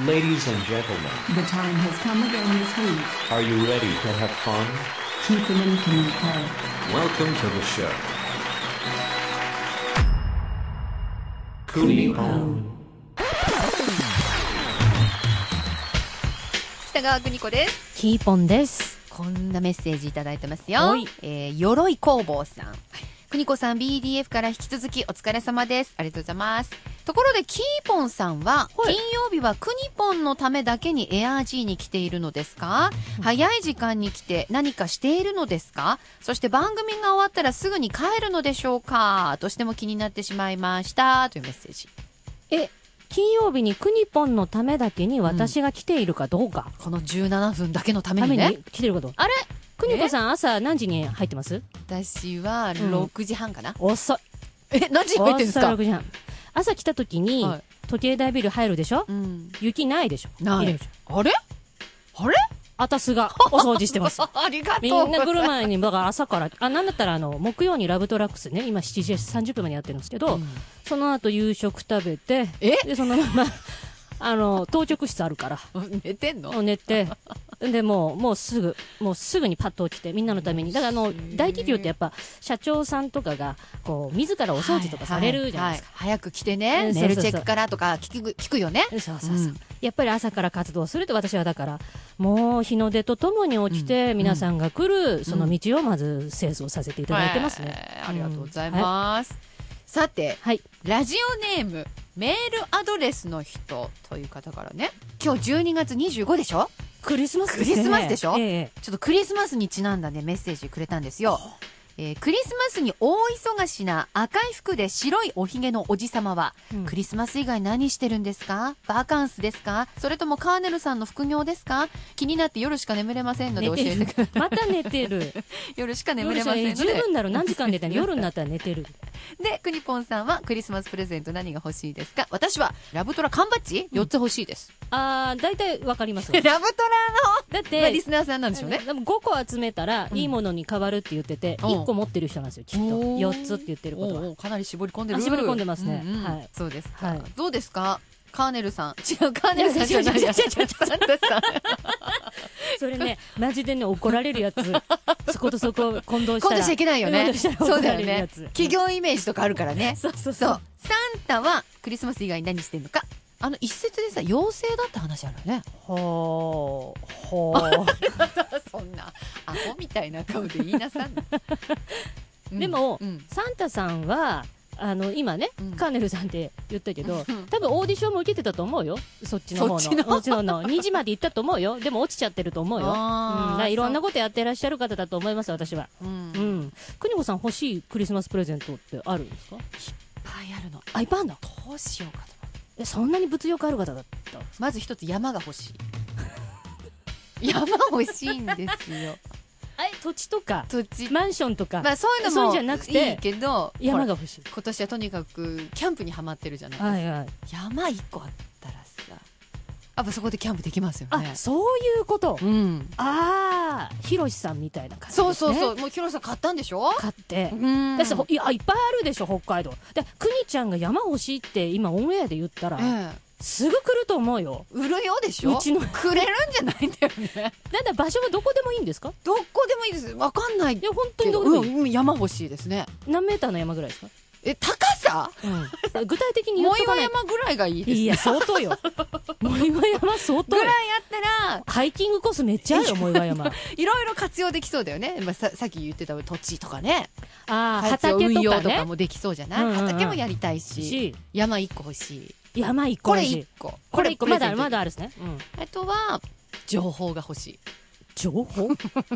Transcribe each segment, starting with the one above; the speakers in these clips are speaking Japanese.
Ladies and gentlemen, The time has come again this week. are you ready to have fun? Keep the link in your head. Welcome to the show. Cooney on. 北川邦子です。キーポンです。こんなメッセージいただいてますよおい。えー、鎧工房さん。邦子さん、BDF から引き続きお疲れ様です。ありがとうございます。ところで、キーポンさんは、金曜日はクニポンのためだけにエアー G に来ているのですか早い時間に来て何かしているのですかそして番組が終わったらすぐに帰るのでしょうかとしても気になってしまいました。というメッセージ。え、金曜日にクニポンのためだけに私が来ているかどうか。この17分だけのためためにね。に来てるかどうか。あれクニコさん朝何時に入ってます私は6時半かな。遅い。え、何時に入ってんです遅いか6時半朝来た時にはい、時計台ビル入るでしょうん。雪ないでしょないるでしょあれあれ。あたすがお掃除してます ありがとうみんな来る前に、だから朝から、あ、なんだったらあの、木曜にラブトラックスね、今7時30分までやってるんですけど、うんその後夕食食べて、えで、そのまま、あの、当直室あるから、 寝てんのもう寝て、で、もう、もうすぐ、もうすぐにパッと起きて、みんなのために。だからもう、大企業ってやっぱ、社長さんとかが、こう、自らお掃除とかされるじゃないですか。ははは早く来てね、うんメールそうチそうそうェックからとか聞く聞くよね。そうそうそう、うんやっぱり朝から活動すると私はだから、もう日の出とともに起きて、皆さんが来る、その道をまず清掃させていただいてますねえ。ーありがとうございんはます。さて、はい。ラジオネーム、メールアドレスの人という方からね、今日12月25でしょクリスマスですねクリスマスでしょええちょっとクリスマスにちなんだね、メッセージくれたんですよ。えークリスマスに大忙しな赤い服で白いおひげのおじさまは、うんクリスマス以外何してるんですかバカンスですかそれともカーネルさんの副業ですか気になって夜しか眠れませんので教寝てえてるくださ。また寝てる。い。夜しか 眠夜れじまゃせんえのえ十で。分だろう。何時間寝たの夜になったら寝てる。 で、クニポンさんはクリスマスプレゼント何が欲しいですか私はラブトラ缶バッジ ?4 つ欲しいです。。あー、大体わかりますわラブトだっラのてリ、スナーさんなんでしょうね。でも5個集めたらいいものに変わるって言ってて、うん1個持ってる人なんですよ、きっと。おー4つって言ってることおうは。おうかなり絞り込んでるあ絞り込んでますねはいそうですか、はいどうですかカーネルさん 違うカーネルさんじゃない いや違う違う違う違うサンタさんそれね、マジでね、怒ら れるやつ。そことそこ混同した今ら。度しちゃいけないよ混ね同したらそう怒らだれよるやねつ企業イメージとかあるからねそうそ そうそうう。サンタはクリスマス以外に何してんのかあの一説でさ妖精だって話あるよねほー、ほー。 そんなアホみたいな顔で言いなさんな うんでもうんサンタさんは、あの、今ねうん、カーネルさんって言ったけどうん、多分オーディションも受けてたと思うよ。そっちの方の。そっちのもちろんの。2時まで行ったと思うよ。でも落ちちゃってると思うよ。うん。だあーからいろんなことやってらっしゃる方だと思います、私は。うんういっん。邦子さん欲しいクリスマスプレゼントってあるんですかぱいあるのあ、いっぱいあんだ。どうしようかとえ、そんなに物欲ある方だったまず一つ山が欲し い山欲しいんですよえ、土地とか、土地マンションとか、まあそういうのそもうじゃなくていいけど山ほらが欲しい。今年はとにかくキャンプにはまってるじゃない、はいはい。山一個あったらさやっぱそこでキャンプできますよあ、ねそういうこと。うんああ、ひろしさんみたいな感じです、そね。うそうそう、う。もうヒロさん買ったんでしょ買ってう。んだってほいや、いっぱいあるでしょ、北海道。で、くにちゃんが山欲しいって今オンエアで言ったら、ええすぐ来ると思うよ。売るようでしょうちのくれるんじゃないんだよ ねなんだ、場所はどこでもいいんですかどこでもいいですわかんないいや、本当けにどど、こでもういい。ん、山欲しいですね何メーターの山ぐらいですかえ高さうん。具体的に言っ藻と岩かないと。山ぐらいがいいですいや、相当 よ。森岩山相当ぐよらいあったらハイキングコースめっちゃあるよ、森岩山。いろいろ活用できそうだよね、まあ、ささっき言ってた土地とかね ああ、活用畑運と用かとかね。もできそうじゃない、うんうんうん畑もやりたいしし、山一個欲しい山一個こだれし一個これ一個、プレゼまンだトまだあるですね。あとは情報が欲しい情報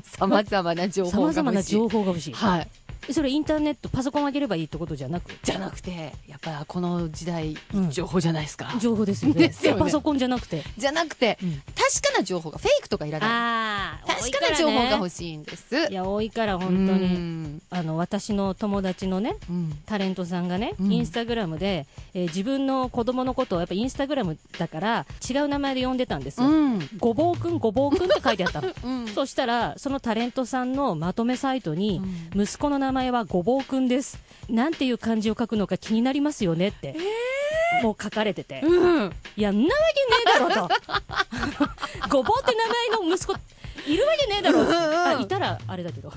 さまざまな情さ報まがざま欲なしい情報が欲しい。はいそれインターネット、パソコン上げればいいってことじゃなくじゃなくてやっぱこの時代、うん情報じゃないですか情報ですよね。ですよねパソコンじゃなくて。じゃなくて、うん確かな情報がフェイクとかいらないあ確かな情報が欲ししいんですいや、多いから本当うに。んあの、私の友達のね、うんタレントさんがね、うんインスタグラムで、えー自分の子供のことをやっぱインスタグラムだから違う名前で呼んでたんですうよ。んごぼうくん、ごぼうくんって書いてあったの。 うんそしたら、そのタレントさんのまとめサイトに、う息子の名前はごぼうくんです。なんていう漢字を書くのか気になりますよねって。もう書かれてて、うん。いや、んなわけね えだろと。 ごぼうって名前の息子、いるわけねえだろうんうんうんあ、いたら、あれだけ ど。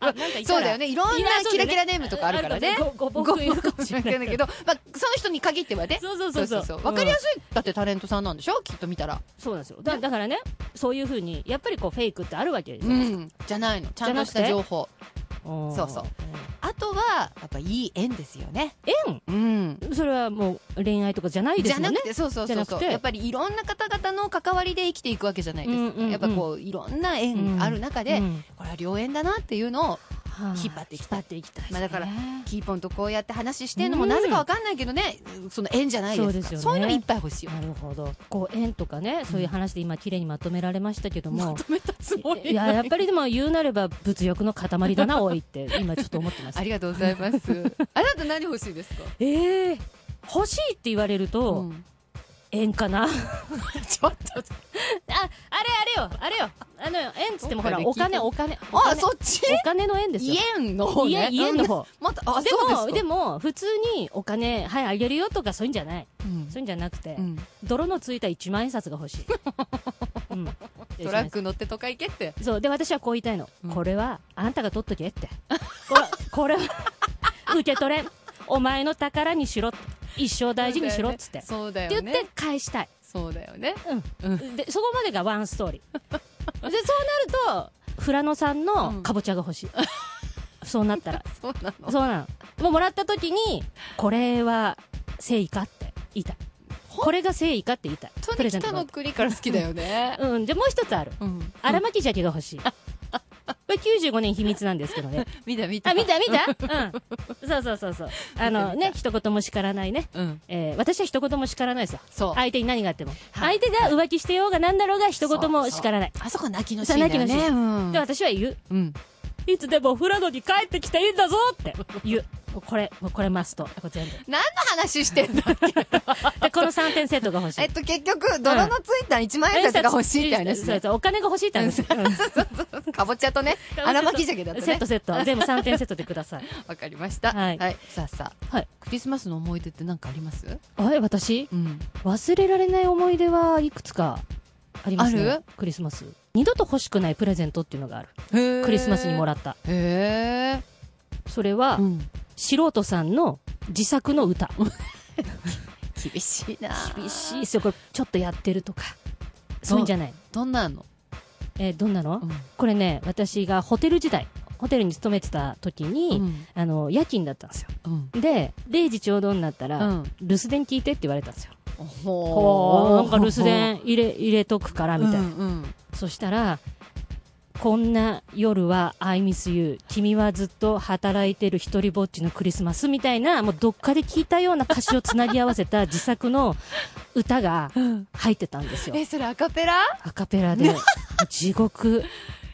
あなんかいたらそうだよね。いろんなやそうキだラよねキラネームとかあるからあねる。からねごごぼぼうくんいるかもしれないくんだけど、まあ、その人に限ってはね。そうそうそうそうわかりやすい。だってタレントさんなんでしょきっと見たら。そうなんですよ。だだからね、そういうふうに、やっぱりこう、フェイクってあるわけですうよ。ん。じゃないの。ちゃんとした情報。そそうそう。あとは、やっぱいい縁ですよね。縁うん。それはもう恋愛とかじゃないでじすゃもなんねく。て、そうそうそうじゃそなう。くてやっぱりいろんな方々の関わりで生きていくわけじゃないですうんうんうか。んやっぱこう、いろんな縁ある中うで、んこれは良縁だなっていうのを、はい引っ張っていきたい引っ張っていきたいですね。まあだからキーポンとこうやって話してんのもうんなぜかわかんないけどね、その縁じゃないですか。そうですよねそういうのいっぱい欲しいよ。なるほど。こう、縁とかね、そういう話で今、綺麗にまとめられましたけども。止めたつもいや、やっぱりでも言うなれば物欲の塊だ な、おいって、今ちょっと思ってますあ。りがとうございます。 あなた何欲しいですかええ欲しいって言われると、うん縁か な。あ、ちょっと。あれ、あれよ、あれよ。あの、縁つってもほら、今お回で金、聞お金。おあ、金そっちお金の縁ですよ。家の方ね。家家の方また、あ、でそうも、ですでか。も、普通にお金、はい、あげるよとか、そういうんじゃない。うんそういうんじゃなくて、うん泥のついた一万円札が 欲しい。うんトラック乗って都会行けって。そう。で、私はこう言いたいの。うんこれは、あんたが取っとけって。 これ、これは、受け取れん。お前の宝にしろって。一生大事にしろっつって。ってそうだ言よっね。て返したい。そうだよね。うん。で、そこまでがワンストーリー。で、そうなると、富良野さんのかぼちゃが欲 しい。そうなったら。そうなの。そうなの。もうもらった時に、これは誠意かって言いたい。これが誠意かって言いたい。本プ当にレゼント北のの国から好きだよね。うん。で、もう一つある。うん。荒巻鮭が欲 しい。これ95年秘密なんですけどね。見た見た。あ、見た見た うん。そうそうそうそう。あのね、一言も叱らないね。うん。えー私は一言も叱らないですよ。そう相手に何があっても。はい相手が浮気してようが何だろうが一言も叱らない。あそこ泣きのシーンだよそう泣きのね。うんで、私は言う。うん。いつでもフラノに帰ってきていいんだぞって言う。もうこれ、もうこれマスト。これ全部。何の話して んだっけで、この3点セットが欲しい。えっと、結局、泥のついた1万円札が欲しいって話そうね。そう、お金が欲しいって話。うんかぼちゃとね、 荒巻鮭だったセッねト。セ ット。全部3点セットでください。わかりました。はいさあさあ、はい。クリスマスの思い出って何かありますあれ、私うん。忘れられない思い出はいくつかありますね。あるクリスマス。二度と欲しくないプレゼントっていうのがある。ククリスマスにもらっった。た。へそれは、ー。うん。素人さんの自作の歌。厳しいな厳しいですよ。これ、ちょっとやってるとか。そういうんじゃない。どんなのえーどんなの、うんこれね、私がホテル時代、ホテルに勤めてた時に、うんあの、夜勤だったんですよ。うん。で、0時ちょうどになったら、うん留守電聞いてって言われたんですよ。ほこう、なんか留守電 入れ、入れとくから、みたいな。うんうんそしたら、こんな夜は I miss you 君はずっと働いてる一人ぼっちのクリスマスみたいな、もうどっかで聞いたような歌詞をつなぎ合わせた 自作の歌が入ってたんですよ。え、それアカペラアカペラで。地獄。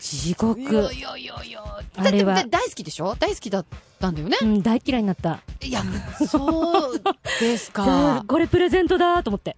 地い獄や。いやいやいや。あれはだってだ大好きでしょ大好きだったんだよねう。ん、大嫌いになった。いや、そうです あかー。これプレゼントだと思って。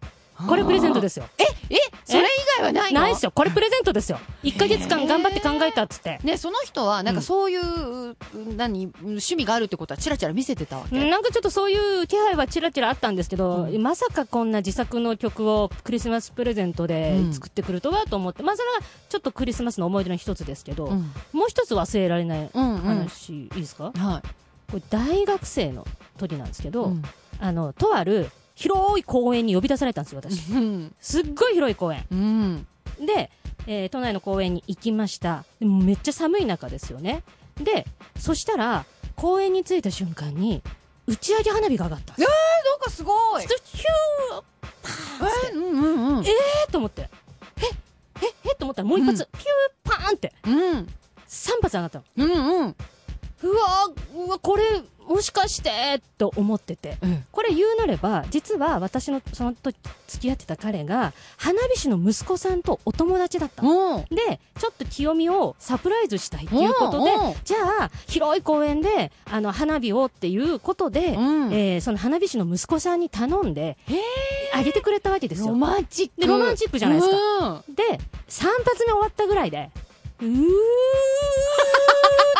これプレゼントですよ。え、え、それ以外はないのないっすよ。これプレゼントですよ。1ヶ月間頑張って考えたっつって。ね、その人は、なんかそういう、何、趣味があるってことはチラチラ見せてたわけ。なんかちょっとそういう気配はちらちらあったんですけど、まさかこんな自作の曲をクリスマスプレゼントでうん作ってくるとはと思って、まあそれがちょっとクリスマスの思い出の一つですけど、うんもう一つ忘れられないうんうん話、いいですかはい。これ大学生の時なんですけど、うんあの、とある広い公園に呼び出されたんですよ、私。うん。すっごい広い公園。うん。で、えー都内の公園に行きました。でもめっちゃ寒い中ですよね。で、そしたら、公園に着いた瞬間に、打ち上げ花火が上がったんですよ。なんかすごい。ちょヒューえ、うんうんうん。え、えーと思って。えええと思ったらもう一発、ピューパーンって、うん。 3発上がったの。うんうん。うわーうわ、これ、もしかして、と思ってて。うんこれ言うなれば、実は私のその時付き合ってた彼が、花火師の息子さんとお友達だったの。おうで、ちょっと清美をサプライズしたいということでおうおう、じゃあ、広い公園で、あの、花火をっていうことで、うんえーその花火師の息子さんに頼んで、あげてくれたわけですよ。マンチッで、ロマンチックじゃないですか。か。で、3発目終わったぐらいで、うーっ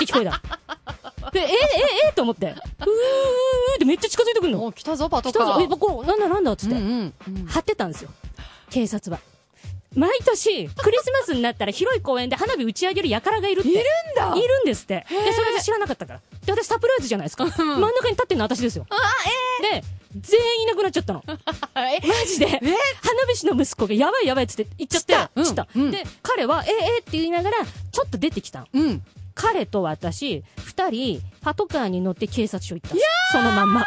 て聞こえた。で、え、え、え、と思って。うーうーうーってめっちゃ近づいてくるの。お来たぞパト来カたぞ、え、ーこう、なんだなんだっつってう。んうんうん張ってたんですよ。警察は。毎年、クリスマスになったら広い公園で花火打ち上げる輩がいるって。いるんだいるんですって。で、それで知らなかったから。で、私サプライズじゃないですか。真ん中に立ってんの私ですよ。で、全員いなくなっちゃったの。えマジで。花火師の息子がやばいやばいっつって言っちゃって、たうん散った。うんで、彼は、ええええって言いながら、ちょっと出てきたの。うん彼と私、二人、パトカーに乗って警察署行ったんですそのまんま。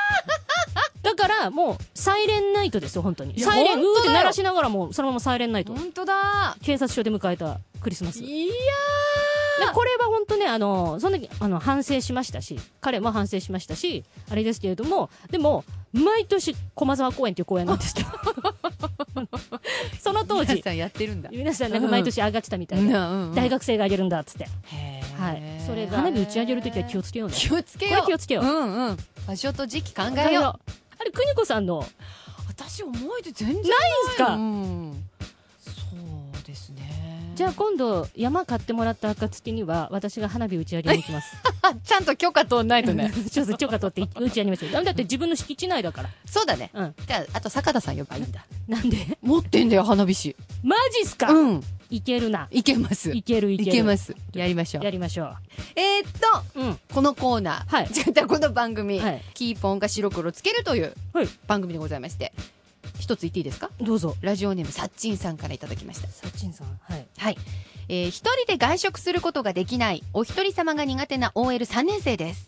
だから、もう、サイレンナイトですよ、本当に。いやサイレン、う本ー当ってだよ鳴らしながらもう、そのままサイレンナイト。本当だ警察署で迎えたクリスマス。でいやこれは本当ね、あの、その時、あの、反省しましたし、彼も反省しましたし、あれですけれども、でも、毎年、駒沢公園という公園なんです けどその当皆時さ、んやってるんだ皆さんなんか毎年上がってたみたいで、大学生があげるんだ、っつって。はい。それが、花火打ち上げるときは気をつつけようね。気をつけようこれ気をつけよううんうん場所と時期考えようあれ、邦子さんの、私思い出全然ないないんすか、うんそうですねじゃあ今度、山買ってもらった暁には、私が花火打ち上げに行き ます。あちゃんと許可取んないとね ちょっと許可取って打ち上げましょう。だだって自分の敷地内だから。そうだねうん。じゃああと坂田さん呼ばいいんだなんで持ってんだよ花火師マジっすか、うんいけるな。いけますいけるいけいる。けますやりましょうやりましょう。えーっとうん。このコーナー、はいじゃあこの番組、はいキーポンが白黒つけるというはい番組でございまして一つ言っていいですかどうぞ。ラジオネームさっちんさんからいただきましたサチンさん。はい。はい、えー一人で外食することができないお一人様が苦手な OL3 年生です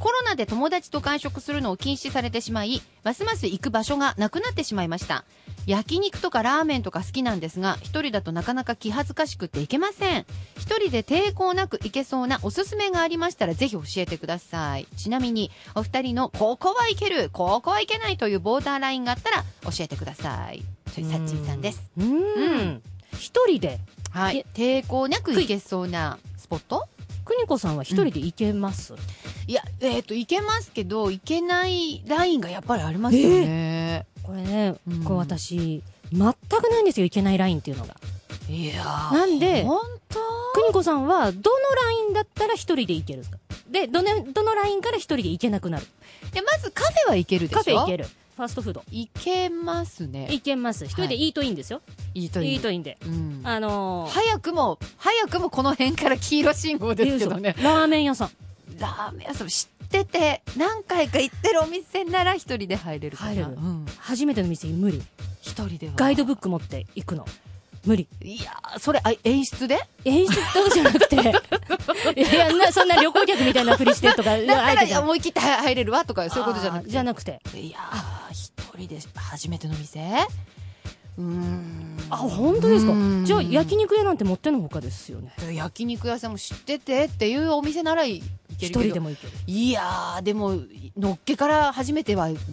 コロナで友達と外食するのを禁止されてしまいますます行く場所がなくなってしまいました焼肉とかラーメンとか好きなんですが一人だとなかなか気恥ずかしくって行けません一人で抵抗なく行けそうなおすすめがありましたらぜひ教えてくださいちなみにお二人のここはいけるここはいけないというボーダーラインがあったら教えてくださいそれさっちんさんですうーん。一人で、はいえ、抵抗なく行けそうなスポット邦子さんは一人で行けます、いや、えっ、と、行けますけど、行けないラインがやっぱりありますよね。これね、うんこう私、全くないんですよ、いけないラインっていうのが。いやーなんで本当邦子さんは、どのラインだったら一人で行けるんですかで、どの、どのラインから一人で行けなくなるで、まずカフェは行けるでしょカフェ行ける。る。ファーストフード。行けますね。行けます。一人でイートインですよ。いいとイートインで。うん。あのー、早くも、早くもこの辺から黄色信号ですけどねで。嘘ラーメン屋さん。ラーメン屋さん知ってて、何回か行ってるお店なら一人で入れるかな。入れるうん。初めての店無理。一人では。ガイドブック持って行くの。無理。いやーそれ、あ演出で演出とかじゃなく て。いや、な、そんな旅行客みたいなふりして とか、あえだかじゃら思い切って入れるわとか、そういうことじゃなくあてー。じゃなくて。いやー、一人で初めての店うーん。あ、本当ですかうーんじゃあ、焼肉屋なんて持ってのほかですよね。焼肉屋さんも知っててっていうお店ならいけるけど。一人でも行ける。いやー、でも、のっけから初めては、ちょっと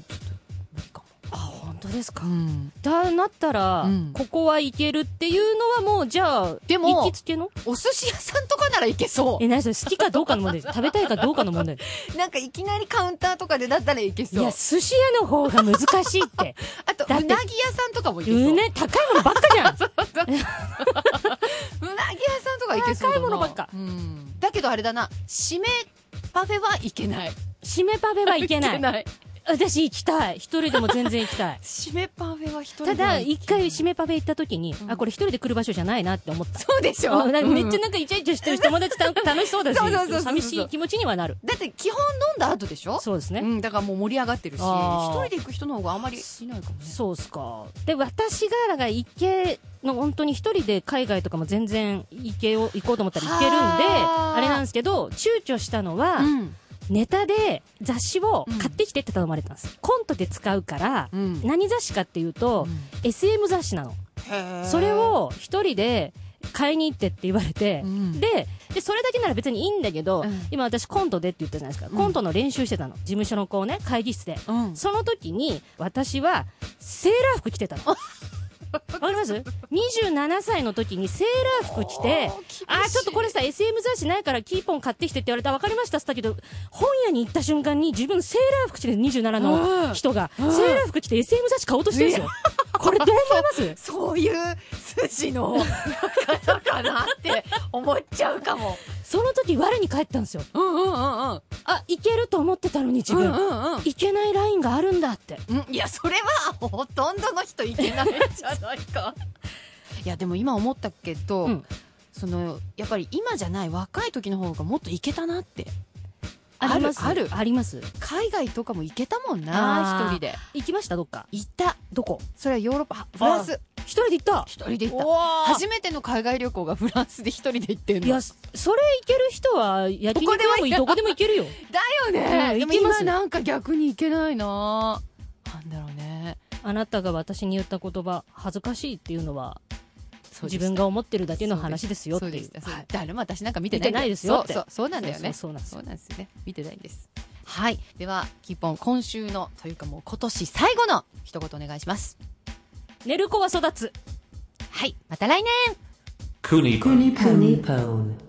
無理かあ、本当ですかも。うん。だなったら、うんここは行けるっていうのはもう、じゃあ、でも行きつけのお寿司屋さんとかならいけそえ、何それ好きかどうかの問題です。食べたいかどうかの問題。う。なんかいきなりカウンターとかでだったらいけいそうや、。寿司屋の方が難しいって。あと、うだなっぎて屋さんとかもいけそう。うね、高いものばっかじ ゃん。うなぎ屋さんとかいけそうだな。高いものばっかうん。だけどあれだな、締めパフェはいけない。。締めパフェはいけない。私行きたい。一人でも全然行きたい 締めパフェは一人たではだ、いけない一回締めパフェ行った時に、あ、これ一人で来る場所じゃないなって思った。そうでしょ、うんなんかめっちゃうんなんかイチャイチャしてる人友達た楽しそうだし、 そうそうそうそう寂しい気持ちにはなる。だって基本飲んだ後でしょそうですね。ん、だからもう盛り上がってるし一あー人で行く人の方があんまりいないかもねそうっすか。で、私が、だから行け、の本当に一人で海外とかも全然行けよ、行こうと思ったら行けるんで、はーあれなんですけど、躊躇したのは、んネタで雑誌を買ってきてって頼まれたんです。コントで使うから、うん何雑誌かっていうと、SM 雑誌なの。へーそれを一人で買いに行ってって言われて、うんでで、それだけなら別にいいんだけど、うん今私コントでって言ったじゃないですか。コントの練習してたの。事務所のこうね、会議室で。うんその時に、私は、セーラー服着て たの。わかります ?27 歳の時にセーラー服着て、あー、ちょっとこれさ、SM 雑誌ないからキーポン買ってきてって言われたわかりましたっつったけど、本屋に行った瞬間に自分セーラー服着てる27の人が、セーラー服着て SM 雑誌買おうとしてるんですよ。これどう思いますそういう筋の方かなって思っちゃうかもその時我に返ったんですようんうんうんうん。あいけると思ってたのに自うんう分、んうん。いけないラインがあるんだってうんいや、それはほとんどの人いけないんじゃないか。いや、でも今思ったけど、うんその、やっぱり今じゃない若い時の方がもっといけたなって。ありますあるあるあります海外とかも行けたもんな、あ一ー人で。行きましたどっか行った。どこそれはヨーロッパ、フランス。一人で行った一人で行った。初初めての海外旅行がフランスで一人で行ってんの。いやそそれ行ける人は焼こ肉こではで もいいどこでも行けるよだよね、うんでも行けま今すなんか逆に行けないななんだろうねあなたが私に言った言葉恥ずかしいっていうのはそうで自した分が思ってるだけの話ですよっそてういでうしたそうでしたはい誰も私なんか見てないんだ見てないですよってそうそうそうなんだよねそうそうそうなんですそうなんですよね見てないんですはいではキーポン今週のというかもう今年最後の一言お願いします寝る子は育つはいまた来年 Kunipon. Kunipon. Kunipon.